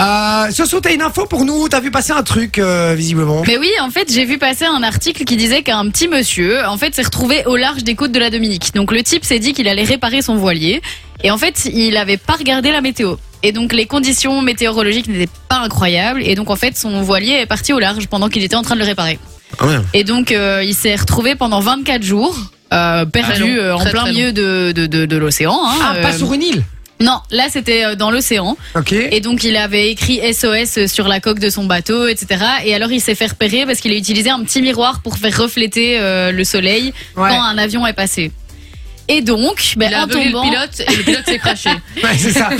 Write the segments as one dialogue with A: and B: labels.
A: Euh, Soso, t'as une info pour nous T'as vu passer un truc, euh, visiblement.
B: Mais oui, en fait, j'ai vu passer un article qui disait qu'un petit monsieur, en fait, s'est retrouvé au large des côtes de la Dominique. Donc le type s'est dit qu'il allait réparer son voilier. Et en fait, il n'avait pas regardé la météo. Et donc les conditions météorologiques n'étaient pas incroyables. Et donc en fait, son voilier est parti au large pendant qu'il était en train de le réparer. Et donc euh, il s'est retrouvé pendant 24 jours. euh, perdu
C: Ah non,
B: euh, en
C: très,
B: plein
C: très
B: milieu de, de, de, de l'océan. hein.
A: Ah, pas
B: Euh,
A: sur une île
B: Non, là c'était euh, dans l'océan.
A: Ok.
B: Et donc il avait écrit SOS sur la coque de son bateau, etc. Et alors il s'est fait repérer parce qu'il a utilisé un petit miroir pour faire refléter euh, le soleil
A: Ouais.
B: quand un avion est passé. Et donc, ben,
C: Il a
B: en
C: appelé
B: tombant,
C: le pilote et le pilote s'est craché.
A: Ouais, c'est ça.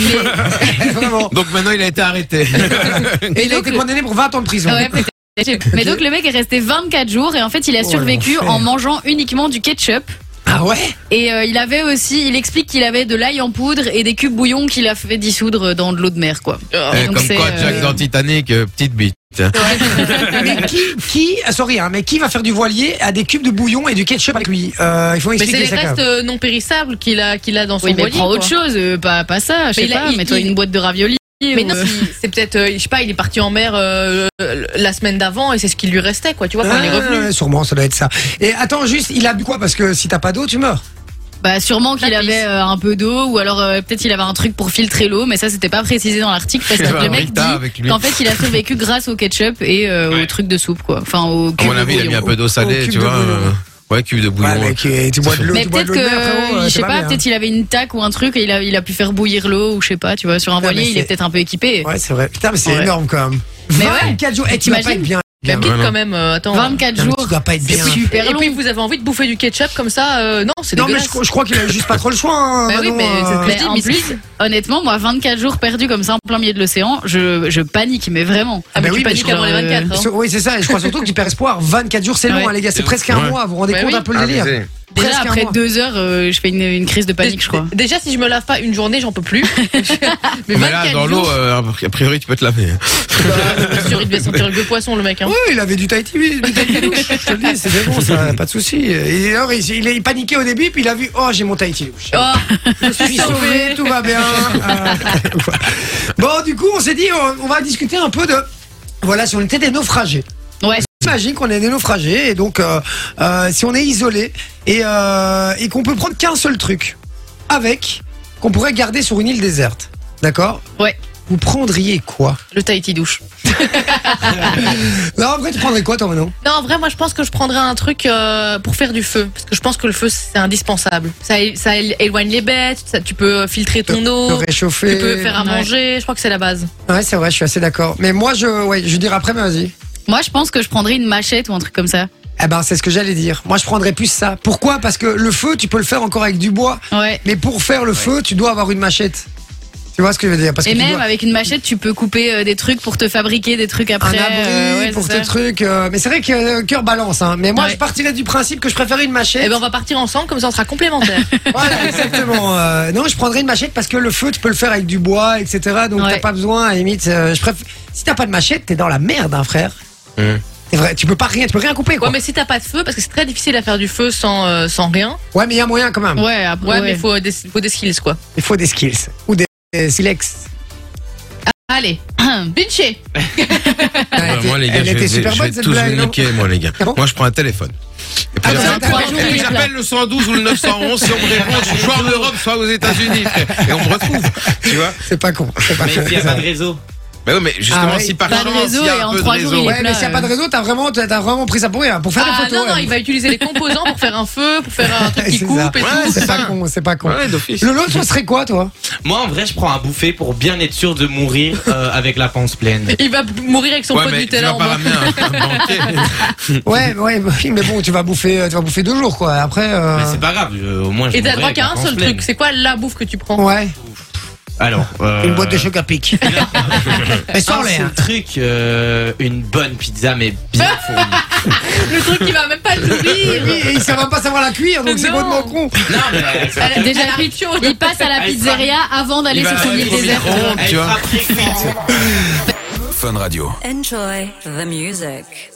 A: Vraiment.
D: Donc maintenant, il a été arrêté.
A: Et il a
B: donc
A: été
B: le-
A: condamné pour 20 ans de prison.
B: Ah ouais, peut-être. Mais donc le mec est resté 24 jours et en fait il a
A: Oh,
B: survécu
A: l'enfer.
B: en mangeant uniquement du ketchup.
A: Ah ouais
B: Et euh, il avait aussi, il explique qu'il avait de l'ail en poudre et des cubes bouillon qu'il a fait dissoudre dans de l'eau de mer quoi.
D: Eh,
B: Donc
D: Comme
B: c'est,
D: quoi,
B: euh,
D: Jack dans Titanic, euh, petite bite.
A: Mais qui, qui ah, sorry, hein, mais qui va faire du voilier à des cubes de bouillon et du ketchup avec lui Euh, Il faut
C: Mais c'est
A: m'expliquer
C: les
A: ça. quand
C: restes
A: même.
C: euh, non périssables qu'il a, qu'il a dans son
B: Oui, mais
C: voilier,
B: prends
C: quoi.
B: autre chose, euh, pas, pas ça, je sais
C: il a-
B: pas,
C: il-
B: mets-toi
C: il-
B: une boîte de raviolis.
C: Mais
B: ou,
C: non,
B: euh,
C: il- c'est peut-être, euh, je sais pas, il est parti en mer euh, euh, la semaine d'avant et c'est ce qui lui restait, quoi. Tu vois, quand il est
A: Ah,
C: revenu.
A: ouais, sûrement, ça doit être ça. Et attends, juste, il a bu quoi Parce que si t'as pas d'eau, tu meurs.
B: Bah sûrement qu'il
C: La
B: avait
C: pisse.
B: euh, un peu d'eau ou alors euh, peut-être il avait un truc pour filtrer l'eau mais ça c'était pas précisé dans l'article parce
D: Il y
B: que le
D: avait un
B: mec
D: Rita avec
B: dit
D: lui.
B: qu'en fait il a survécu grâce au ketchup et euh, au truc de soupe quoi. Enfin au
D: À
B: cube
D: mon
B: de
D: avis, il a mis
B: bouillon.
D: un peu d'eau
A: Au
D: salée,
A: cube
D: tu
A: de
D: vois.
A: bouillon.
D: euh, Ouais, cube de bouillon.
A: Ouais, mec, et tu bois de l'eau,
B: Mais
A: tu bois de
B: peut-être
A: l'eau de mer, frérot,
B: que
A: euh,
B: je
A: c'est
B: sais pas,
A: bien, hein.
B: peut-être il avait une taque ou un truc et il a, il a pu faire bouillir l'eau ou je sais pas, tu vois, sur un
A: Putain,
B: voilier,
A: mais
B: il est
A: c'est-
B: peut-être un peu équipé.
A: Ouais, c'est vrai. Putain, mais c'est
B: Ouais.
A: énorme quand même.
B: Mais ouais.
A: 24 jours. Et tu vas pas
B: T'imagines
A: être bien.
C: La
D: Ouais,
C: petite,
D: non.
C: quand même, euh, attends.
B: 24
A: Non, mais
B: jours.
A: Tu dois pas être
B: C'est
A: bien.
B: super
C: Et
B: long.
C: puis vous avez envie de bouffer du ketchup comme ça euh, Non, c'est
A: Non, mais
C: dégueulasse.
A: je, je crois qu'il a juste pas trop le choix. hein,
C: Bah oui,
A: Manon,
C: mais
A: euh.
C: c'est-
B: Mais
C: Je dis,
B: en
C: mais
B: plus, honnêtement, moi, 24 jours perdus comme ça en plein milieu de l'océan, je, je panique, mais vraiment.
C: Ah,
A: Bah
C: mais tu
A: oui, mais je
C: paniques avant les
B: crois, euh,
C: 24. hein.
A: Ce- Oui, c'est ça. Et je crois surtout que tu perds espoir. 24 jours, c'est long,
B: Ouais.
A: hein, les gars. C'est
D: C'est
A: presque
D: ouf.
A: un
D: Ouais. Ah,
A: mois. Vous vous rendez
C: Bah
A: compte
C: oui.
A: un peu le délire
D: Abusé.
A: Presque
B: Déjà
A: un
B: après
A: mois.
B: deux heures, euh, je fais une, une crise de panique, je crois.
C: Dé- Déjà, si je me lave pas une journée, j'en peux plus. mais
D: Mais là,
C: 24
D: dans l'eau,
C: jours,
D: euh, a priori, tu peux te laver. hein.
C: je suis sûr, il devait sentir le vieux poisson, le mec. Hein.
A: Oui, il avait du Tahiti, oui, du Tahiti douche. Je te le dis, c'était bon, ça, pas de souci. Et alors, il, il, il paniquait au début, puis il a vu, oh, j'ai mon Tahiti douche.
C: Oh,
A: je suis sauvé, tout va bien. Euh, voilà. bon, du coup, on s'est dit, on, on va discuter un peu de. Voilà, si on était des naufragés.
B: Ouais.
A: Imagine qu'on est des naufragés, et donc, euh, euh, si on est isolé, et, euh, et qu'on peut prendre qu'un seul truc avec, qu'on pourrait garder sur une île déserte. D'accord
B: Ouais.
A: Vous prendriez quoi
C: le Tahiti douche.
A: Non, en vrai, tu prendrais quoi, toi, Manon
C: Non, en vrai, moi, je pense que je prendrais un truc euh, pour faire du feu. Parce que je pense que le feu, c'est indispensable. Ça, é- ça é- éloigne les bêtes, ça- tu peux euh, filtrer ton
A: Te
C: eau,
A: réchauffer.
C: tu peux faire à
B: Ouais.
C: manger. Je crois que c'est la base.
A: Ouais, c'est vrai, je suis assez d'accord. Mais moi, je, ouais, je veux dire après, mais vas-y.
B: Moi, je pense que je prendrais une machette ou un truc comme ça.
A: Eh ben, c'est ce que j'allais dire. Moi, je prendrais plus ça. Pourquoi Parce que le feu, tu peux le faire encore avec du bois.
B: Ouais.
A: Mais pour faire le feu, tu dois avoir une machette. Tu vois ce que je veux dire Parce
B: Et
A: que tu
B: même
A: dois
B: avec une machette, tu peux couper euh, des trucs pour te fabriquer des trucs
A: un
B: après.
A: abri
B: euh, ouais,
A: pour
B: c'est
A: tes
B: ça.
A: trucs. euh, mais c'est vrai que euh, cœur balance. Hein. Mais moi,
B: Ouais.
A: je partirais du principe que je préférais une
C: Eh
A: machette.
C: ben, on va partir ensemble, comme ça, on sera complémentaires.
A: voilà, exactement. Euh, non, je prendrais une machette parce que le feu, tu peux le faire avec du bois, etc. Donc
B: Ouais.
A: t'as pas besoin. À la limite, euh, je préfère. Si t'as pas de machette, t'es dans la merde, hein, frère.
D: Hum.
A: C'est vrai, tu peux pas rien, tu peux rien couper. Quoi.
C: ouais, mais si t'as pas de feu, parce que c'est très difficile à faire du feu sans, euh, sans rien.
A: Ouais, mais il y a moyen quand même.
B: Ouais, après,
C: Ouais,
B: ouais.
C: mais il faut euh, des, faut des skills, quoi.
A: Il faut des skills ou des, des silex.
C: Allez, Vinci
A: Elle
D: Ouais,
A: était-
D: moi, les gars,
A: elle
D: je
A: était
D: vais,
A: super
D: je
A: bonne,
D: vais
A: cette
D: tous
A: blague,
D: vous
A: non
D: niquer, moi, les gars.
A: Ah bon
D: Moi, je prends un téléphone. Et puis,
A: Ah,
D: j'appelle-
A: bah,
D: et puis
C: oui,
D: j'appelle le 112 ou le 911 si on me répond. Je suis soit en Europe, soit aux États-Unis, frère. Et on me retrouve. Tu vois
A: C'est pas con. C'est pas
E: Mais
A: con.
E: s'il n'y a pas de réseau.
D: Mais oui, mais justement,
A: Ah ouais.
D: si par
B: Pas de
D: chance,
B: réseau
D: il y
B: et en
D: a un peu de
B: trois jours,
D: réseau.
B: il est
A: Ouais, mais
B: là,
A: s'il n'y a pas de
B: euh. rien.
A: réseau, t'as vraiment, t'as t'as vraiment pris ça pour rien. Pour faire
C: Ah
A: des photos.
C: non, non,
A: ouais.
C: il va utiliser les composants pour faire un feu, pour faire un truc qui
A: C'est
C: coupe
A: ça.
C: et
D: Ouais,
C: tout.
A: C'est
D: c'est
A: pas
D: ça.
A: con, c'est pas con.
D: Ouais, d'office.
A: Lolo, toi, serait quoi, toi
E: Moi, en vrai, je prends un bouffet pour bien être sûr de mourir euh, avec la panse pleine.
C: Il va mourir avec son
D: Ouais,
C: pot de
D: mais tu vas
C: Nutella en
D: pas
C: main.
D: ramener un, un banquet.
A: Ouais, ouais, bah oui, mais bon, tu vas bouffer, euh, tu vas bouffer deux jours, quoi. Après, euh,
E: Mais c'est pas grave, euh, au moins je
C: Et t'as
E: mourrai
C: droit
E: avec
C: qu'à
E: la
C: un
E: panse
C: seul
E: pleine.
C: truc. C'est quoi la bouffe que tu prends
A: ouais,
E: Alors, euh,
A: une boîte de choc à pic. mais sans hein.
E: un
A: les.
E: seul truc, euh, une bonne pizza, mais bien fournie.
C: Le truc qui va même pas
A: Oui,
C: nourrir.
A: oui, et il sait même pas savoir la cuire, donc c'est
C: Non.
A: complètement con.
E: non, mais elle sera-
C: Elle-
B: Déjà,
C: elle arrive chaude.
B: Il passe à la
E: Allez,
B: pizzeria avant d'aller
D: Il
B: sur
D: va
B: son
D: aller
B: île
D: au
B: déserte.
D: micro-ondes, tu
E: elle
D: vois.
E: sera très cuite.
F: Fun Radio.
G: Enjoy the music.